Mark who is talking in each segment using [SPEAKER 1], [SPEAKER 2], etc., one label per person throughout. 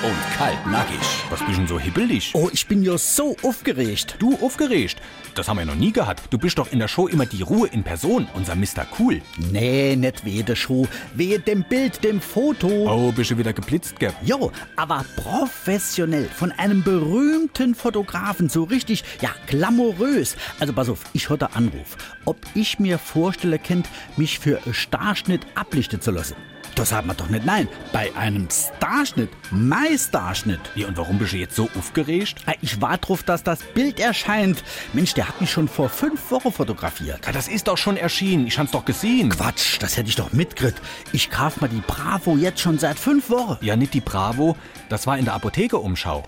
[SPEAKER 1] und Kaltnackig.
[SPEAKER 2] Was bist denn so hibbelig?
[SPEAKER 3] Oh, ich bin ja so aufgeregt.
[SPEAKER 2] Du aufgeregt? Das haben wir noch nie gehabt. Du bist doch in der Show immer die Ruhe in Person, unser Mr. Cool.
[SPEAKER 3] Nee, nicht weh der Schuh. Wehe dem Bild, dem Foto.
[SPEAKER 2] Oh, bist du wieder geblitzt, gell?
[SPEAKER 3] Jo, aber professionell. Von einem berühmten Fotografen. So richtig, ja, glamourös. Also pass auf, ich hatte Anruf. Ob ich mir vorstelle kennt, mich für einen Starschnitt ablichten zu lassen. Das hat man doch nicht. Nein, bei einem Starschnitt. Mein Starschnitt.
[SPEAKER 2] Wie, und warum bist du jetzt so aufgeregt?
[SPEAKER 3] Ah, Ich war drauf, dass das Bild erscheint. Mensch, der hat mich schon vor fünf Wochen fotografiert.
[SPEAKER 2] Ja, Ah, das ist doch schon erschienen. Ich hab's doch gesehen.
[SPEAKER 3] Quatsch, das hätte ich doch mitgekriegt. Ich kauf mal die Bravo jetzt schon seit fünf Wochen.
[SPEAKER 2] Ja, nicht die Bravo. Das war in der Apothekeumschau.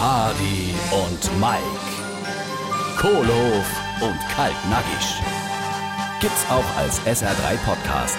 [SPEAKER 1] Hardy und Mike, Kohlehof und Kaltnackig. Gibt's auch als SR3 Podcast.